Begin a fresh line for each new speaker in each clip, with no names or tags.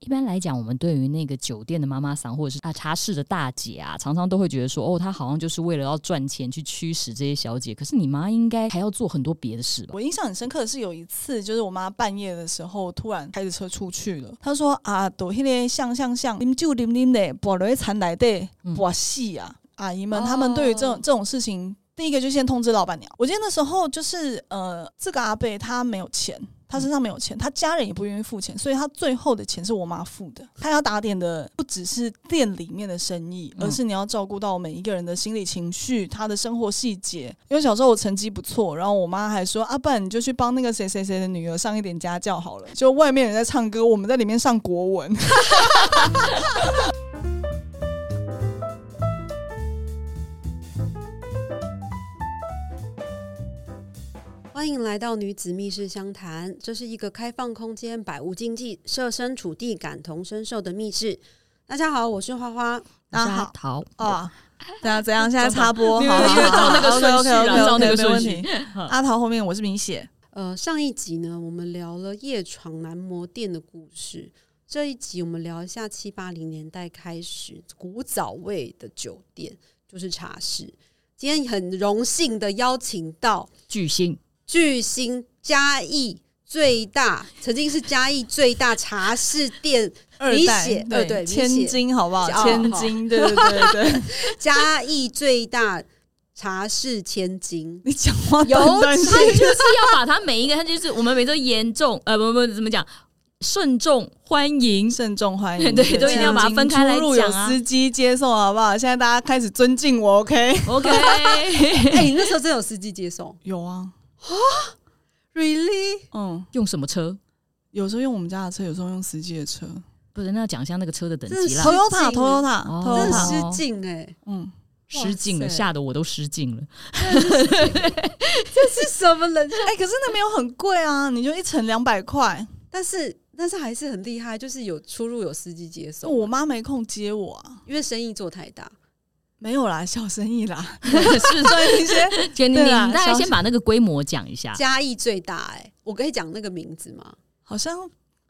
一般来讲，我们对于那个酒店的妈妈桑或者是啊茶室的大姐啊，常常都会觉得说，哦，她好像就是为了要赚钱去驱使这些小姐。可是你妈应该还要做很多别的事吧？
我印象很深刻的是有一次，就是我妈半夜的时候突然开着车出去了，她说啊，都迄个像像像，啉酒啉啉的，跋落去田内底
嗯
跋死啊！阿姨们
哦
他们对于这种这种事情，第一个就先通知老板娘。我记得那时候就是呃，这个阿贝他没有钱。他身上没有钱，他家人也不愿意付钱，所以他最后的钱是我妈付的。他要打点的不只是店里面的生意，
嗯
而是你要照顾到每一个人的心理情绪、他的生活细节。因为小时候我成绩不错，然后我妈还说：“啊，不然你就去帮那个谁谁谁的女儿上一点家教好了。”就外面人在唱歌，我们在里面上国文。
欢迎来到女子密室相谈，这是一个开放空间、百无禁忌、设身处地、感同身受的密室。大家好，我是花花。
大
我
家
是阿
好
桃，
啊，怎样怎样？现在插 播，
你
好
们
好
你们照那个
好
顺序啊
OK，OK，OK，
照那个
没问
顺序
题。 阿桃后面我是明写，
呃，上一集呢，我们聊了夜闯男模店的故事。这一集我们聊一下七八零年代开始古早味的酒店，就是茶室。今天很荣幸的邀请到
巨星
巨星嘉义最大，曾经是嘉义最大茶室店
二
明
代
写呃对明
千
写
金好不好？
哦
千金，对对对对对，
嘉义最大茶室千 金，
你讲话
有
短短
他就
些
是要把他每一个，他就是我们每周严重呃不不怎么讲慎重欢迎，
慎重欢迎，
对都一定要把它分开来
千金出入有
讲啊
司机接送好不好？现在大家开始尊敬我，OK？
OK，
哎、你那时候真的有司机接送
有啊，
？Really？
嗯，
用什么车？
有时候用我们家的车，有时候用司机的车
不是，那要讲一下那个车的等
这
级
是
啦
什。么
哦
真的
Toyota，Toyota，
失敬哎、
嗯，
失敬了，
哇塞
吓得我都失敬了。
这是什么人？
哎，可是那没有很贵啊，你就一层两百块，
但是但是还是很厉害，就是有出入有司机接送，
我妈没空接我啊，
因为生意做太大。
没有啦，小生意啦，
是，
赚一些
姐你你
对啦
大概
小
先把那个规模讲一下。
嘉义最大哎、我可以讲那个名字吗？
好像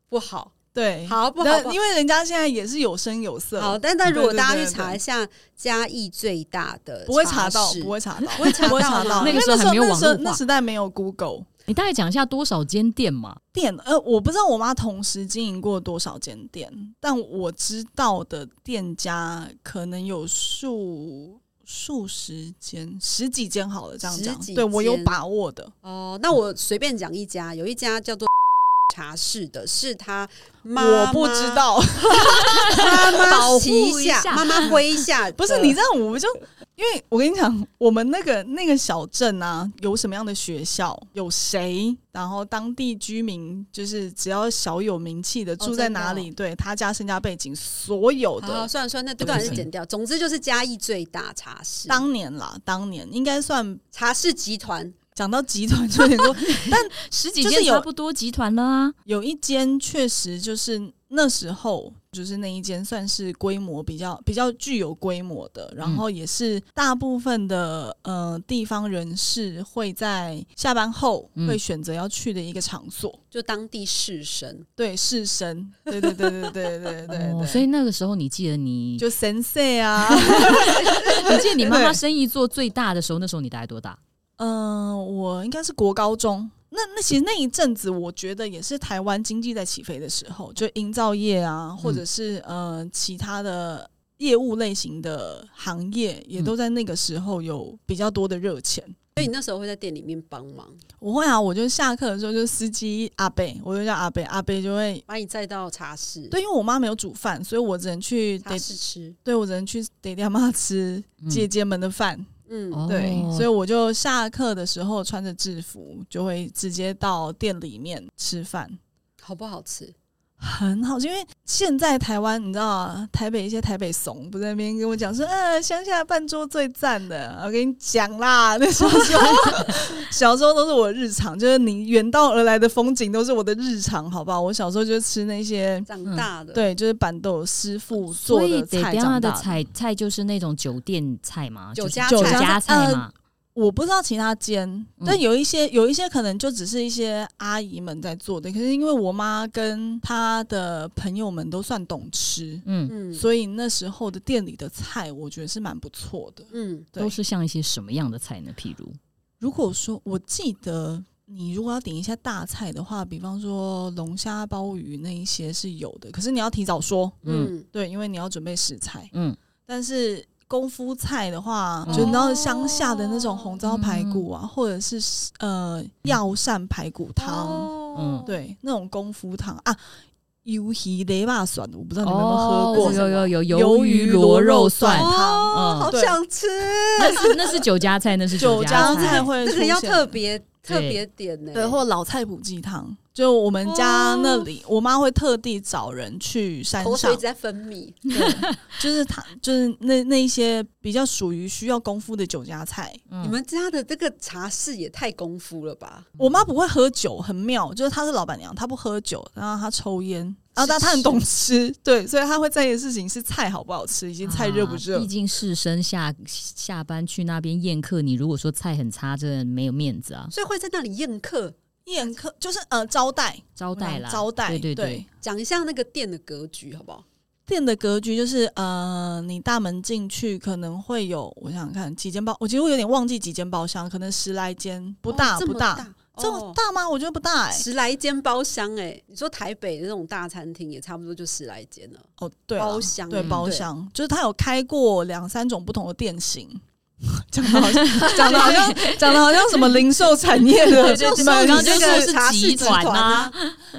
不好，
对，
好不好？
哎那
不好
因为人家现在也是有声有色，
好，但但如果
对对
大家
对
去查一下嘉义最大的，
不会查到，不会查到，
不会查
不会
到
查
吗
到，
那个
因为
时候还没有网
那时候
络化
那时代没有 Google
你大概讲一下多少间店嘛？
店，呃，我不知道我妈同时经营过多少间店，但我知道的店家可能有数数十间、十几间好了，这样
十
讲
几，
对我有
间
把握的。
哦，那我随便讲一家，有一家叫做茶室的，是他妈妈
我不知道，
妈
保护
妈旗
一
下，
下
妈妈麾下的，
不是你这样，我们就因为我跟你讲，我们那个那个小镇啊，有什么样的学校，有谁，然后当地居民就是只要小有名气的住在
真的哦
哪里，对他家身家背景，所有
好好
的
算了算了，那这段还是剪掉。总之就是嘉义最大茶室，
当年啦，当年应该算
茶室集团
讲到集团就有点多，
十几
就是
间
有
差不多集团了啊。
有一间确实就是那时候，就是那一间算是规模比较比较具有规模的，然
嗯
后也是大部分的呃地方人士会在下班后
嗯
会选择要去的一个场所。
就当地士绅，
对，是神，对对对对对对对
哦，
对，
所以那个时候你记得你，
就神社啊，
你记得你妈妈
对
生意做最大的时候，那时候你大概多大？
嗯、我应该是国高中。那那其实那一阵子，我觉得也是台湾经济在起飞的时候，就营造业啊，或者是、呃其他的业务类型的行业，也都在那个时候有比较多的热钱。
所以你那时候会在店里面帮忙，
我会啊，我就下课的时候就司机阿贝，我就叫阿贝，阿贝就会
把你载到茶室，
对，因为我妈没有煮饭，所以我只能去
茶
得
室吃，
对我只能去得爹妈吃
嗯
姐姐们的饭，
嗯，
哦
对，所以我就下课的时候穿着制服，就会直接到店里面吃饭，
好不好吃？
很好吃。因为现在台湾你知道、啊，台北一些台北怂不在那边跟我讲说，呃，乡下饭桌最赞的。我跟你讲啦，那时候就 小时候都是我的日常，就是你远道而来的风景都是我的日常，好不好？我小时候就吃那些。
长
嗯
大了，
对，就是板豆师傅做
所以
的
得
菜
亚
长
的
大的。
菜菜就是那种酒店菜嘛，
酒
就是
家
酒
菜
嗯
家菜嘛。
我不知道其他间，但
嗯
有一些有一些可能就只是一些阿姨们在做的，可是因为我妈跟她的朋友们都算懂吃，
嗯，
嗯
所以那时候的店里的菜，我觉得是蛮不错的。
嗯
对
都是像一些什么样的菜呢？譬如，
如果说我记得，你如果要点一下大菜的话，比方说龙虾、鲍鱼那一些是有的，可是你要提早说，
嗯
嗯
对，因为你要准备食材。
嗯，但
但是功夫菜的话，
嗯哦
就你知道乡下的那种红糟排骨啊，或者是呃药膳排骨汤，
哦
嗯
对，那种功夫汤啊，鱿鱼雷霸蒜的，我不知道你们有没有喝
哦，
过。
有有有有
鱿
鱿
鱼
鱼
螺
螺
肉
肉
蒜
蒜，
哦
嗯，
好
对
想吃，
那是 那是酒家菜，那是
酒
家
家菜会
这
出
个
现
要特别特
对
别点呢，
对，或老菜补鸡汤，就我们家那
哦
里，我妈会特地找人去山
口水一
上
直，在分泌，
就是她就是那那一些比较属于需要功夫的酒家菜。
嗯
你们家的这个茶室也太功夫了吧？
我妈不会喝酒，很妙，就是她是老板娘，她不喝酒，然后她抽烟，然后但
吃
她很懂吃，对，所以她会在意的事情是菜好不好吃，以及菜热不热。
啊毕竟士绅下下班去那边宴客，你如果说菜很差，真的没有面子啊，
所以会在那里宴客，
宴客就是呃招待，
招待啦，
嗯招待，
对对
对
对，。
讲一下那个店的格局好不好？
店的格局就是，呃，你大门进去可能会有，我想想看几间包，我其实我有点忘记几间包厢，可能十来间，不大、
哦这
不
么
大，
大，
这么
哦
大吗？我觉得不大哎、
十来间包厢哎、你说台北的那种大餐厅也差不多就十来间了，
哦，对啦，
包厢
对
嗯
包厢，就是它有开过两三种不同的店型。 讲的好像，讲的好像，讲的好像什么零售产业的
就是
门
刚刚就
这
说
个
是
茶室
集
集
团
团
啊，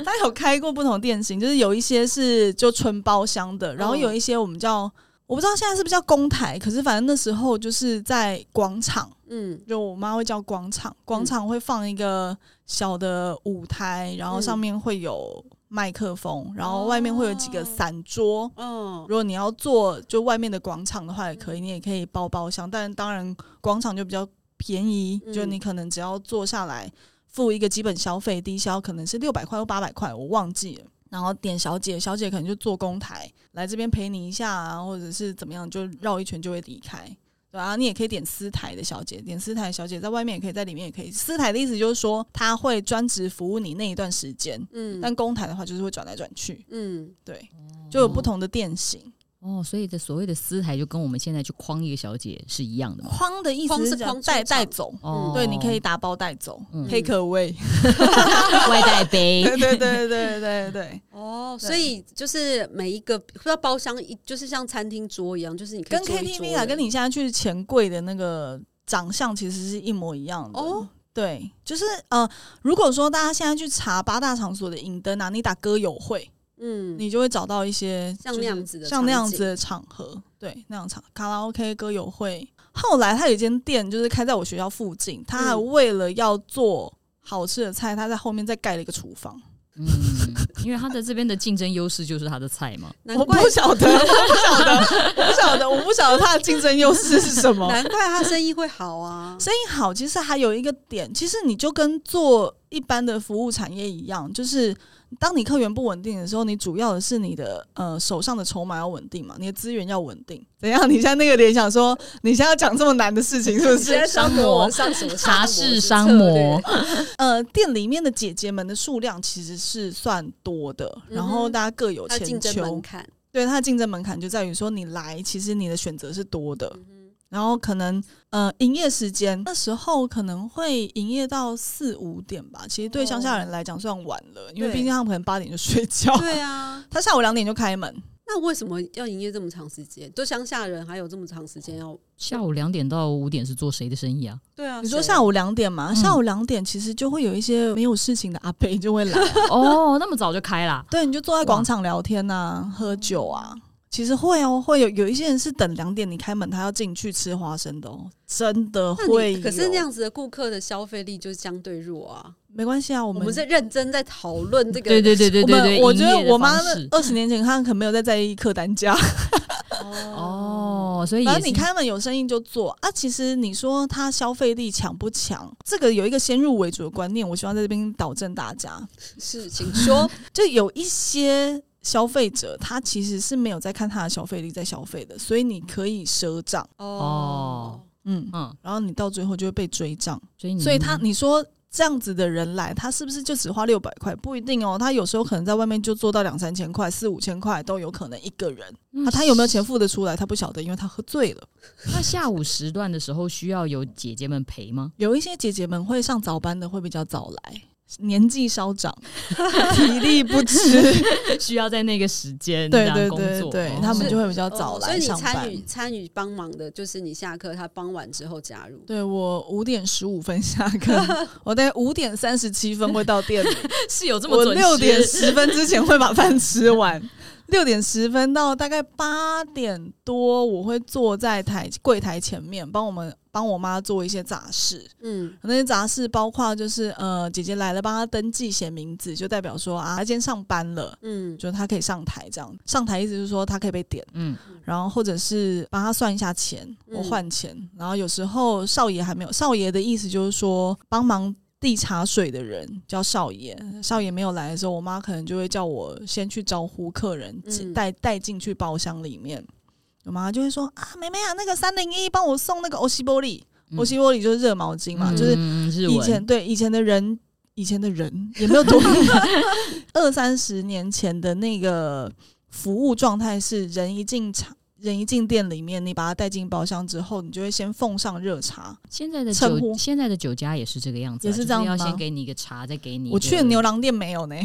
它有开过不同店型，就是有一些是就纯包厢的，然后有一些我们叫我不知道现在是不是叫公台，可是反正那时候就是在广场，
嗯
就我妈会叫广场，广场会放一个小的舞台，然后上面会有麦克风，然后外面会有几个散桌。
哦，
如果你要做就外面的广场的话，也
嗯
可以，你也可以包包厢，但当然广场就比较便宜，
嗯
就你可能只要坐下来付一个基本消费，低消可能是六百块或八百块，我忘记了。然后点小姐，小姐可能就坐公台来这边陪你一下啊，或者是怎么样，就绕一圈就会离开。对啊，你也可以点私台的小姐，点私台的小姐在外面也可以，在里面也可以。私台的意思就是说，她会专职服务你那一段时间，
嗯
但公台的话就是会转来转去，
嗯，
对，就有不同的店型。
哦，所以的所谓的私台就跟我们现在去框一个小姐是一样的嘛。
框的意思
框是
讲
框出
带
厂
带走，
哦，
嗯对，你 可以打包带走
嗯
，take away。
外带杯，
对对对对对对，
哦，
对
所以就是每一个不知道包厢一就是像餐厅桌一样，就是 你可以
跟
坐一桌
KTV 啊，
人
跟你现在去钱柜的那个长相其实是一模一样的。
哦
对，就是呃，如果说大家现在去查八大场所的影灯啊，你打歌友会，
嗯
你就会找到一些
像
就是
那样子的
像那
场
样子的场合，对，那样场卡拉 OK 歌友会。后来他有一间店，就是开在我学校附近，他还
嗯
为了要做好吃的菜，他在后面再盖了一个厨房。
嗯，因为他在这边的竞争优势就是他的菜嘛。
难
我
怪
不晓得，我不晓得，我不晓得，我不晓得他的竞争优势是什 么。
难怪他生意会好 啊，
生意好，其实还有一个点，其实你就跟做一般的服务产业一样，就是当你客源不稳定的时候，你主要的是你的呃手上的筹码要稳定嘛，你的资源要稳定。怎样？ 你现在那个联想说，你现在要讲这么难的事情是不
你 现在
是？
商
商模
模上什么
茶
室
室商模，
呃，店里面的姐姐们的数量其实是算多的，然后
嗯哼
大家各有
它竞
千
争
秋
门。槛，
对它的竞争门槛就在于说，你来其实你的选择是多的，
嗯
然后可能呃营业时间那时候可能会营业到四五点吧，其实对乡下人来讲算晚了，因为
哦对
毕竟他们可能八点就睡觉
哼，对 啊，
他下午两点就开门，
那为什么要营业这么长时间？就乡下人还有这么长时间要
下午两点到五点是做谁的生 意啊？
对啊？
你说
谁
下午两点嘛，
嗯
下午两点其实就会有一些没有事情的阿伯就 会来啊、
哦，那么早就开啦。
对，你就坐在广场聊天呐、喝酒啊。其实会哦，会有有一些人是等两点你开门，他要进去吃花生的哦，真的
那
会
你
有。
可是那样子的顾客的消费力就是相对弱啊。
没关系啊，我
我
们
们是认真在讨论这个，
对对对对
我
对
们
对，
我
营
觉得
业的
我妈
方式
二十年前她可能没有在在意客单价，
哦，所以
反
也
正嗯你
是，
开门有生意就做啊。其实你说他消费力强不强，这个有一个先入为主的观念，我希望在这边导正大家。
是，请说。
就有一些消费者，他其实是没有在看他的消费力在消费的，所以你可以赊账。
哦，
嗯，
嗯，
然后你到最后就会被追账，
所以你
所以他你说。这样子的人来，他是不是就只花六百块？不一定哦，他有时候可能在外面就做到两三千块、四五千块都有可能一个人。
那
啊，他有没有钱付得出来？他不晓得，因为他喝醉了。
那下午时段的时候需要有姐姐们陪吗？
有一些姐姐们会上早班的，会比较早来，年纪稍长，体力不支，
需要在那个时间这
对
样
对
工
对
作，
对
哦，
他们
是
就会比较早
哦所
来
以你
上
参
班。
与参与帮忙的，就是你下课他帮完之后加入。
对我五点十五分下课，我大概五点三十七分会到店里，
是有这么
我
准时
六点十分之前会把饭吃完，六点十分到大概八点多，我会坐在台柜台前面帮我们帮我妈做一些杂事。
嗯，
那些杂事包括就是呃，姐姐来了，帮她登记写名字，就代表说啊，她今天上班了，
嗯，
就她可以上台这样。上台意思就是说她可以被点，
嗯，
然后或者是帮她算一下钱，
嗯
我换钱。然后有时候少爷还没有，少爷的意思就是说帮忙。递茶水的人叫少爷，少爷没有来的时候，我妈可能就会叫我先去招呼客人，
嗯
带带进去包厢里面。我妈就会说啊，妹妹啊，那个三零一帮我送那个欧西玻璃，
嗯
欧西玻璃就是热毛巾嘛，就是
嗯日
以
文
前对以前的人，以前的人也没有 多二三十年前的那个服务状态是，人一进场，人一进店里面，你把他带进包厢之后，你就会先奉上热茶。
现在的
称
酒
呼
现在的酒家也是这个样子啊，
也是
就
这样
要
吗
先给你一个茶，再给你一
我
个
去牛。郎店没有呢，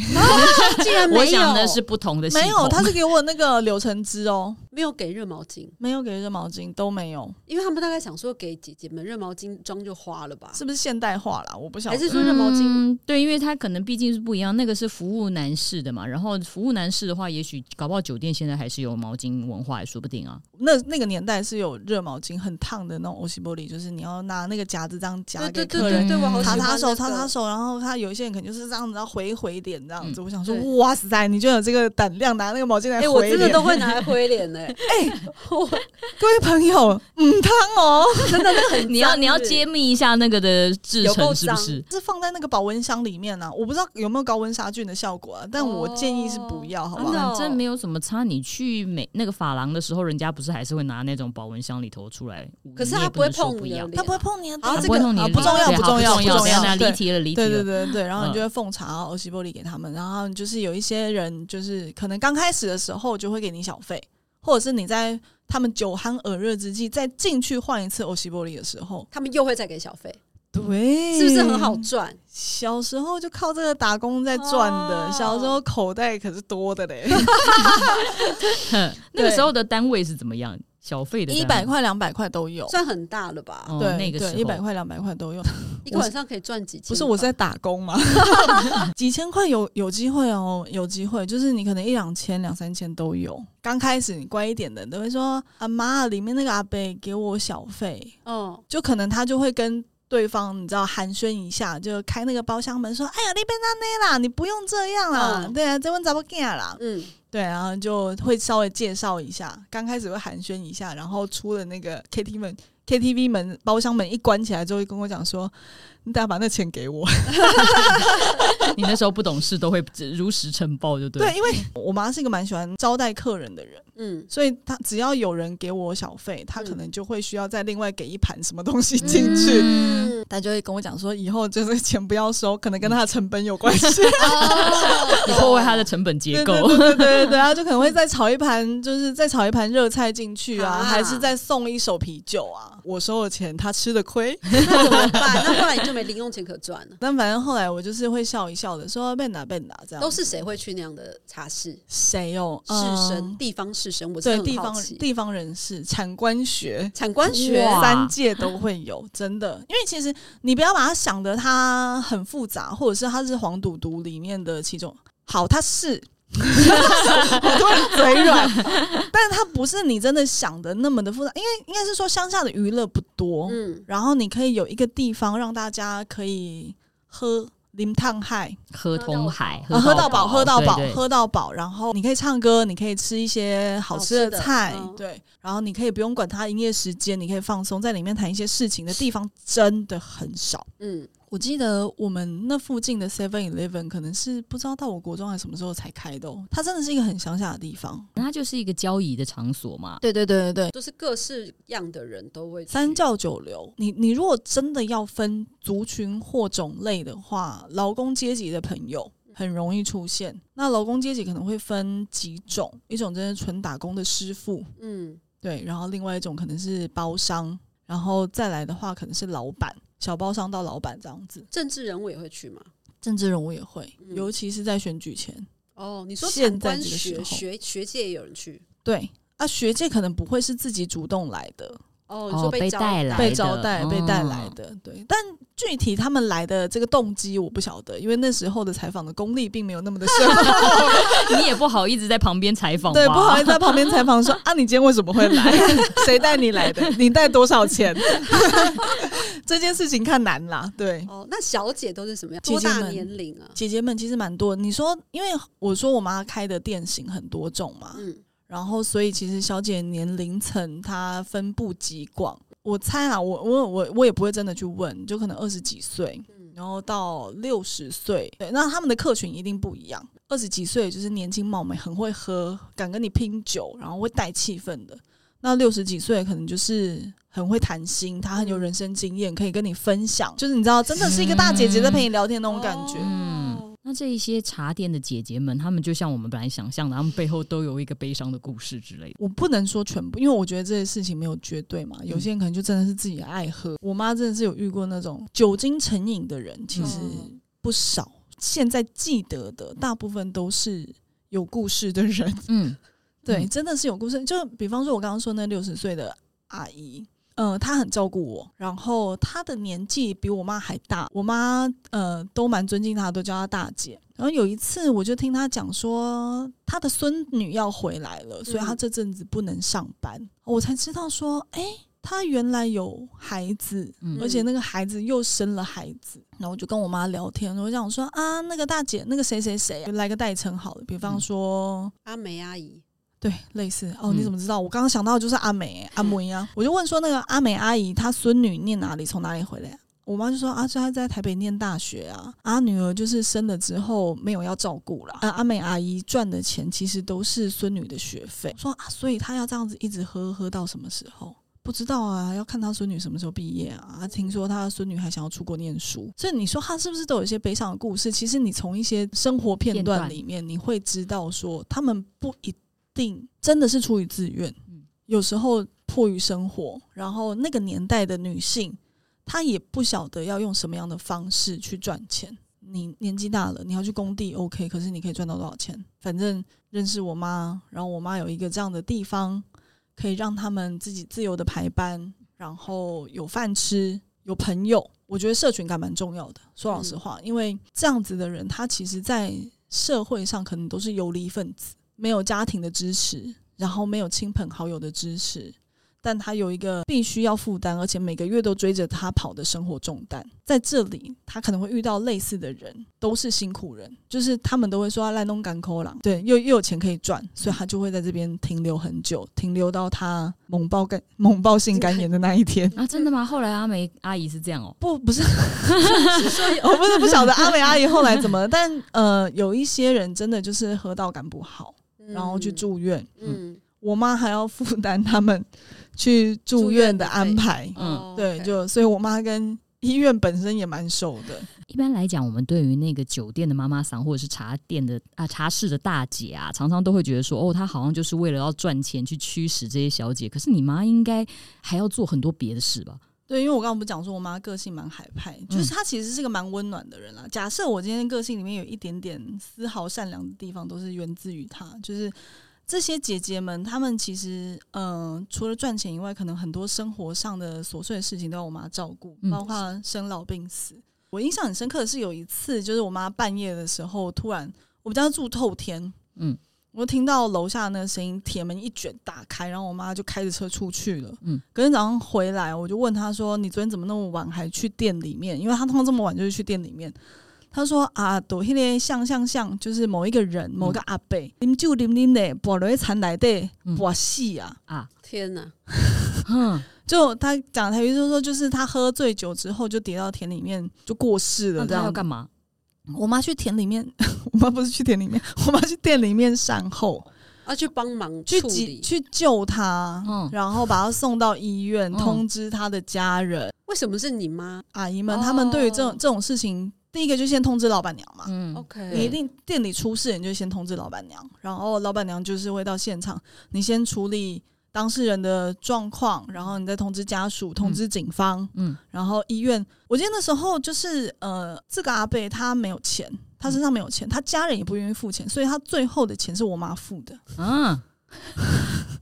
竟然没
我
有，
想的是不同的系统，
没有，他是给我那个柳橙汁哦，
没有给热毛巾，
没有给热毛巾，都没有，
因为他们大概想说给姐姐们热毛巾装就花了吧？
是不是现代化啦？我不晓
还
得。
是说热毛巾？
嗯，对，因为他可能毕竟是不一样，那个是服务男士的嘛，然后服务男士的话，也许搞不好酒店现在还是有毛巾文化，也说不定 啊。
那那个年代是有热毛巾，很烫的那种欧西玻璃，就是你要拿那个夹子这样夹给
对对
客
对
人
对对，我好喜
擦
欢
擦手，
那
擦
个
擦手，然后他有一些人可能就是这样子，然后回回脸这样子。我想说
嗯对，
哇塞，你居然有这个胆量拿那个毛巾来回脸，
哎、
哎
我真的都会拿来挥 脸 呢、
各位朋友，嗯，汤哦，
真的那很
你要
脏
你要
是
揭秘一下那个的制
有够
成是不
脏
是？
是放在那个保温箱里面啊，我不知道有没有高温杀菌的效果啊，但我建议是不要，好不
真的
好？
哦
反正没有什么差。你去美那个发廊的时候，人家不是还是会拿那种保温箱里头出来？
可是
你
他
也
不
不
会
能说
碰
不
你
一
的
样，
脸
他不会碰你啊，
啊
他
这
不会
个
弄你的
啊
脸，
不重要，
对
不
好
重要，
要，
不
不
重
重那
要，
离
对
题了，离题
对
了。
对对对，然后你就会奉茶、欧西玻璃给他们，然后就是有一些人，就是可能刚开始的时候就会给你小费，或者是你在他们酒酣耳热之际再进去换一次欧西玻璃的时候，
他们又会再给小费，
对
是不是很好？赚？
小时候就靠这个打工在赚的，
哦
小时候口袋可是多的嘞，
哼啊 那个时候的单位是怎么样？小费的
一
单
百
位，
块、两百块都有。
算很大了吧？
哦
对，
那个时
对，
候
一百块、两百块都有。
一个晚上可以赚几千？
不是我是在，打工嘛，几千块有有机会哦，有机会，就是你可能一两千、两三千都有。刚开始你乖一点的，都会说啊妈，里面那个阿伯给我小费，
哦，
就可能他就会跟。对方你知道寒暄一下，就开那个包厢门说：“哎呀，那边那那啦，你不用这样啦，
嗯
对啊，这问咋不干啦？”
嗯，
对，然后就会稍微介绍一下，刚开始会寒暄一下，然后出了那个 KTV 门 KTV 门包厢门一关起来之后，就跟我讲说：“你等下把那钱给我。
你那时候不懂事，都会如实呈报，就对。
对，，因为我妈是一个蛮喜欢招待客人的人，
嗯，
所以她只要有人给我小费，她可
嗯
能就会需要再另外给一盘什么东西进去。
嗯
嗯，
她就会跟我讲说，以后就是钱不要收，可能跟她的成本有关系。
哦
你破坏它的成本结
对
构
对。对对对对，她就可能会再炒一盘，就是再炒一盘热菜进去啊，
啊
还是再送一手啤酒啊。我收了钱，她吃的亏。
那怎 么办？那后来你就没零用钱可赚了。
但反正后来我就是会笑一笑的说被打被打这样。
都是啊谁会去那样的茶室？
谁哦？
士
嗯
绅、地方士绅，我真
对
的
地
很好
方
奇。
地方人士、产官学、
产官学
哇
三界都会有， 真的。因为其实你不要把它想的它很复杂，或者是它是黄赌毒里面的其中好，它是。好多人嘴软，但是它不是你真的想的那么的复杂，因为应该是说乡下的娱乐不多，
嗯，
然后你可以有一个地方让大家可以喝林烫海，
合同海，
啊，喝到饱，喝到饱，
对对
喝到饱。然后你可以唱歌，你可以吃一些好吃的菜，
好吃的嗯
对。然后你可以不用管它营业时间，你可以放松，在里面谈一些事情的地方真的很少。
嗯，
我记得我们那附近的 Seven Eleven 可能是不知道到我国中还是什么时候才开的、哦，它真的是一个很乡下的地方。
它就是一个交易的场所嘛。
对对对对对，
就是各式样的人都会去
三教九流，你你如果真的要分族群或种类的话，劳工阶级的朋友很容易出现。那劳工阶级可能会分几种，一种真的纯打工的师傅，
嗯，
对，然后另外一种可能是包商，然后再来的话可能是老板，小包商到老板这样子。
政治人物也会去嘛。
政治人物也会，
嗯
尤其是在选举前。
哦，你说
现
产
在
官
这个时
学
候
学学界也有人去。
对啊，学界可能不会是自己主动来的，
哦，你
哦
说
被
招
带来
被
的
招待、被带来
哦
的。对，但具体他们来的这个动机我不晓得，因为那时候的采访的功力并没有那么的 深厚，
你也不好一直在旁边采访吧，
对，不好意思在旁边采访说啊，你今天为什么会 来？谁带你来的？你带多少钱？ 这件事情看难啦，对。
哦，那小姐都是什么样？
姐
多
姐
大
们
年龄啊？
姐姐们其实蛮多，你说，因为我说我妈开的店型很多种嘛，
嗯，
然后所以其实小姐年龄层她分布极广。我猜啊，我我我我也不会真的去问，就可能二十几岁，
嗯
然后到六十岁，对，那他们的客群一定不一样。二十几岁就是年轻貌美，很会喝，敢跟你拼酒，然后会带气氛的。那六十几岁可能就是很会谈心，她很有人生经验，可以跟你分享，就是你知道，真的是一个大姐姐在陪你聊天那种感觉。
哦
那这一些茶店的姐姐们，她们就像我们本来想象的，她们背后都有一个悲伤的故事之类的。
我不能说全部，因为我觉得这些事情没有绝对嘛。有些人可能就真的是自己爱喝。我妈真的是有遇过那种酒精成瘾的人，其实
嗯
不少。现在记得的大部分都是有故事的人，
嗯，
对，
嗯
真的是有故事。就比方说，我刚刚说那六十岁的阿姨。嗯、她很照顾我，然后她的年纪比我妈还大，我妈呃都蛮尊敬她，都叫她大姐。然后有一次，我就听她讲说，她的孙女要回来了，所以她
嗯
这阵子不能上班，我才知道说，哎、她原来有孩子，
嗯
而且那个孩子又生了孩子，然后我就跟我妈聊天，我就想说啊，那个大姐，那个谁谁谁，来个代称好了，比方
嗯
说、
阿梅阿姨，
对，类似哦，
嗯
你怎么知道？我刚刚想到的就是阿美、阿梅啊，我就问说那个阿美阿姨她孙女念哪里，从哪里回来啊、我妈就说啊，就她在台北念大学啊，啊女儿就是生了之后没有要照顾啦。啊阿美阿姨赚的钱其实都是孙女的学费，我说啊，所以她要这样子一直喝喝到什么时候？不知道啊，要看她孙女什么时候毕业啊。啊听说她孙女还想要出国念书，所以你说她是不是都有一些悲伤的故事？其实你从一些生活片
片
段
段
里面，你会知道说他们不一定真的是出于自愿，
嗯
有时候迫于生活，然后那个年代的女性，她也不晓得要用什么样的方式去赚钱。你年纪大了，你要去工地，OK，可是你可以赚到多少钱？反正认识我妈，然后我妈有一个这样的地方，可以让他们自己自由的排班，然后有饭吃，有朋友。我觉得社群感蛮重要的。说老实话，因为这样子的人，他其实在社会上可能都是游离分子，没有家庭的支持，然后没有亲朋好友的支持。但他有一个必须要负担，而且每个月都追着他跑的生活重担，在这里他可能会遇到类似的人，都是辛苦人，就是他们都会说烂东干抠狼，对，又又有钱可以赚，所以他就会在这边停留很久，停留到他猛爆肝猛爆性肝炎的那一天。
啊，真的吗？后来阿梅阿姨是这样哦、
不，不是， 我不是不晓得阿美阿姨后来怎么了，但呃，有一些人真的就是喝到感不好，然后去
嗯，
住院，
嗯，
我妈还要负担他们去住院的安排，
嗯
哦
对，
OK
就所以我妈跟医院本身也蛮熟的，
一般来讲，我们对于那个酒店的妈妈桑，或者是茶店的啊茶室的大姐啊，常常都会觉得说，哦，她好像就是为了要赚钱去驱使这些小姐。可是你妈应该还要做很多别的事吧？
对，因为我刚刚不是讲说我妈个性蛮海派，就是她其实是个蛮温暖的人啦。假设我今天个性里面有一点点丝毫善良的地方，都是源自于她，就是。这些姐姐们，她们其实，嗯、除了赚钱以外，可能很多生活上的琐碎的事情都要我妈照顾，
嗯
包括生老病死。我印象很深刻的是有一次，就是我妈半夜的时候，突然我们家住透天，
嗯
嗯，我就听到楼下那个声音，铁门一卷打开，然后我妈就开着车出去了。隔天早上回来，我就问他说：“你昨天怎么那么晚还去店里面？因为他通常这么晚就是去店里面。”他说啊，躲迄个像像像，就是某一个人某个阿伯，啉酒啉啉的，跋落去田内底
嗯
跋死啊！
啊，
天哪，
哼，
就他讲台语，就是说就是他喝醉酒之后就跌到田里面就过世了，
那
这
他
样
要
子
干嘛？
我妈去田里面， 我妈不是去田里面， 我妈去店里面善后，
要啊去帮忙
去
处
急
理。
去救她，
嗯
然后把她送到医院，
嗯
通知她的家人、
为什么是你妈
阿姨们。
哦
他们对于这种这种事情，第一个就先通知老板娘嘛。
嗯
？OK，
你一定店里出事，你就先通知老板娘，然后老板娘就是会到现场，你先处理当事人的状况，然后你再通知家属、通知警方，
嗯
然后医院，我记得那时候就是呃，这个阿贝他没有钱，他身上没有钱，他家人也不愿意付钱，所以他最后的钱是我妈付的。
啊，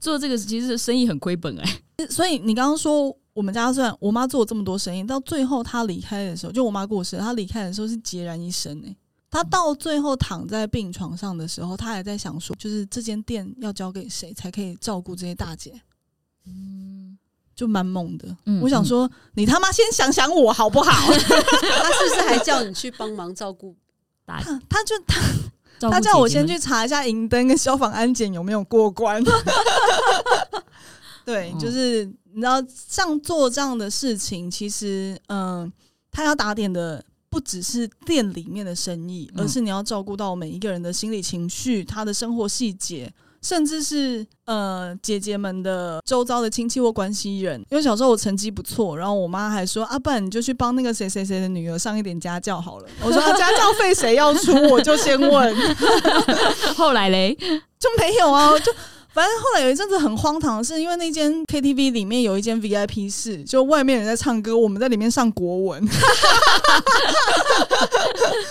做这个其实生意很亏本哎、
所以你刚刚说我们家虽然我妈做了这么多生意，到最后她离开的时候，就我妈过世，她离开的时候是孑然一身哎、她到最后躺在病床上的时候，她还在想说，就是这间店要交给谁才可以照顾这些大姐，
嗯
就蛮猛的。
嗯
我想说，你他妈先想想我好不好？
他是不是还叫你去帮忙照顾？
打
她她就她
照顾
他叫我先
姐姐
去
们
查一下银灯跟消防安检有没有 过关。对，
嗯
就是你知道，像做这样的事情，其实嗯、他要打点的不只是店里面的生意，
嗯
而是你要照顾到每一个人的心理情绪、他的生活细节。甚至是呃姐姐们的周遭的亲戚或关系人，因为小时候我成绩不错，然后我妈还说啊，不然你就去帮那个谁谁谁的女儿上一点家教好了。我说、啊、家教费谁要出，我就先问。
后来嘞，
就没有啊，就反正后来有一阵子很荒唐的是，因为那间 KTV 里面有一间 VIP 室，就外面人在唱歌，我们在里面上国文。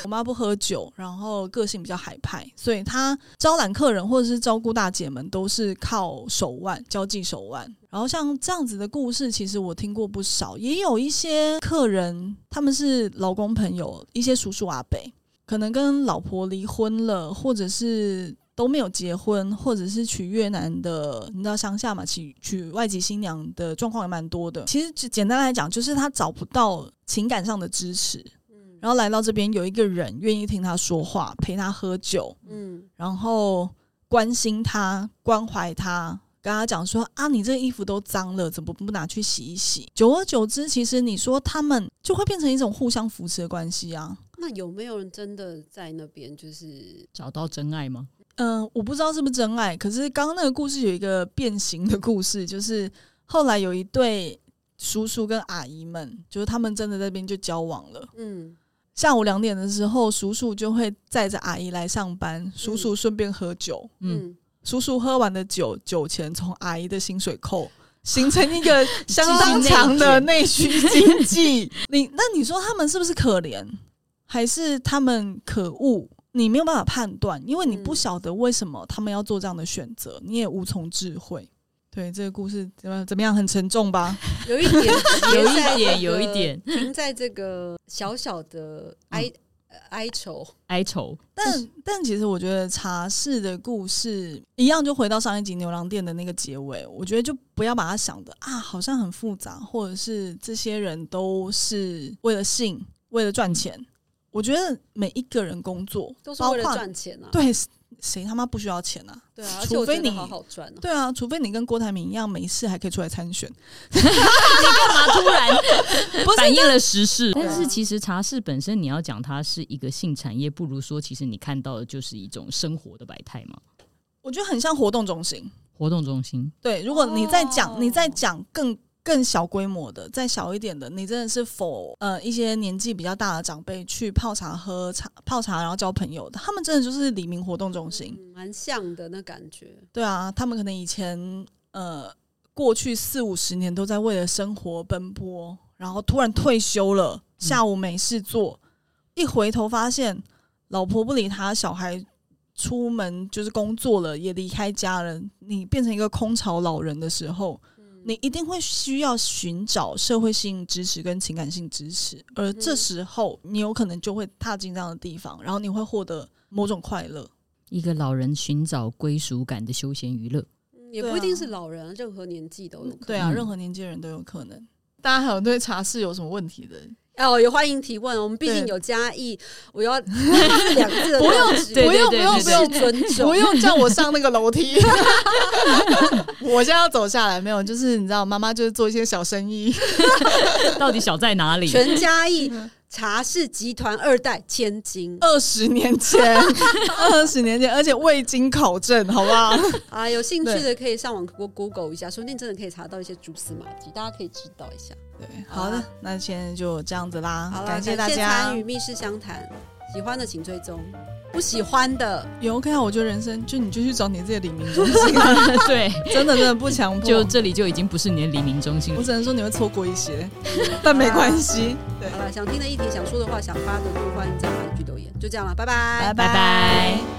我妈不喝酒，然后个性比较海派，所以她招揽客人或者是照顾大姐们都是靠手腕、交际手腕。然后像这样子的故事，其实我听过不少，也有一些客人他们是老公朋友，一些叔叔阿伯，可能跟老婆离婚了，或者是都没有结婚，或者是娶越南的，你知道乡下嘛，娶娶外籍新娘的状况也蛮多的。其实只简单来讲，就是他找不到情感上的支持，
嗯
然后来到这边有一个人愿意听他说话，陪他喝酒，
嗯，
然后关心他、关怀他，跟他讲说啊，你这个衣服都脏了，怎么不拿去洗一洗？久而久之，其实你说他们就会变成一种互相扶持的关系啊。
那有没有人真的在那边？就是
找到真爱吗？
嗯，我不知道是不是真爱，可是刚刚那个故事有一个变形的故事，就是后来有一对叔叔跟阿姨们，就是他们真的在那边就交往了。
嗯，
下午两点的时候，叔叔就会载着阿姨来上班，叔叔顺便喝酒，
嗯，，
嗯，
叔叔喝完的酒，酒钱从阿姨的薪水扣。形成一个相当强的内需经济， 你那你说他们是不是可怜，还是他们可恶？你没有办法判断，因为你不
嗯
晓得为什么他们要做这样的选择，你也无从智慧。对这个故事怎么怎么样，很沉重吧？
有一点
有一
结在这
点
个
嗯有一点
停在这个小小的哀呃哀愁。
哀愁，
但但其实我觉得茶室的故事一样，就回到上一集牛郎店的那个结尾，我觉得就不要把它想的啊，好像很复杂，或者是这些人都是为了性，为了赚钱。我觉得每一个人工作
嗯都是为了
包括
赚钱啊，
对，谁他妈不需要钱啊？
对啊，而且
除
我
非
觉得
你
好好赚哦。
对啊，除非你跟郭台铭一样没事还可以出来参选，
他突然
不是
反映了时事。
对啊
但是其实茶室本身，你要讲它是一个性产业，不如说其实你看到的就是一种生活的百态嘛，
我觉得很像活动中心。
活动中心。
对，如果你再讲，
哦
你再讲更更小规模的，再小一点的，你真的是否呃一些年纪比较大的长辈去泡茶喝茶泡茶，然后交朋友的，他们真的就是李明活动中心。
嗯蛮像的那感觉。
对啊，他们可能以前呃过去四五十年都在为了生活奔波，然后突然退休了，下午没事做，一回头发现老婆不理他，小孩。出门就是工作了，也离开家了。你变成一个空巢老人的时候，你一定会需要寻找社会性支持跟情感性支持，而这时候你有可能就会踏进这样的地方，然后你会获得某种快乐。
一个老人寻找归属感的休闲 娱乐，
嗯也
对
不一定
啊
是老人啊，任何年纪都有可能。
对啊，
嗯
任何年纪的人都有可能。大家还有对茶室有什么问题的？
哦，也欢迎提问。我们毕竟
对
有嘉义，我要 两次的
不用
特质
对
不用不
对
用
对
不
对
用
是尊重
不用叫我上那个楼 梯，我现在要走下来。没有，就是你知道，妈妈就是做一些小生意，
到底小在哪里？
全嘉
嗯
义茶室集团二代千金。
二十年前， 二十年前，而且未经考证，好不好？
啊，有兴趣的可以上网 Go- Google 一下，说不定真的可以查到一些蛛丝马迹，大家可以知道一下。
对，好的，那今天就这样子啦
好，了，
感
感
谢大家
参与。密室相谈，喜欢的请追踪，不喜欢的
也 OK 啊，我觉得人生就你就去找你自己的黎明中心，
对，
真的真的不强迫。
就这里就已经不是你的黎明中心
我
了。
只能说你会错过一 些，但没关系。对
好，了，想听的议题、想说的话、想发的都欢迎在哪里去留言。就这样了，拜拜
拜拜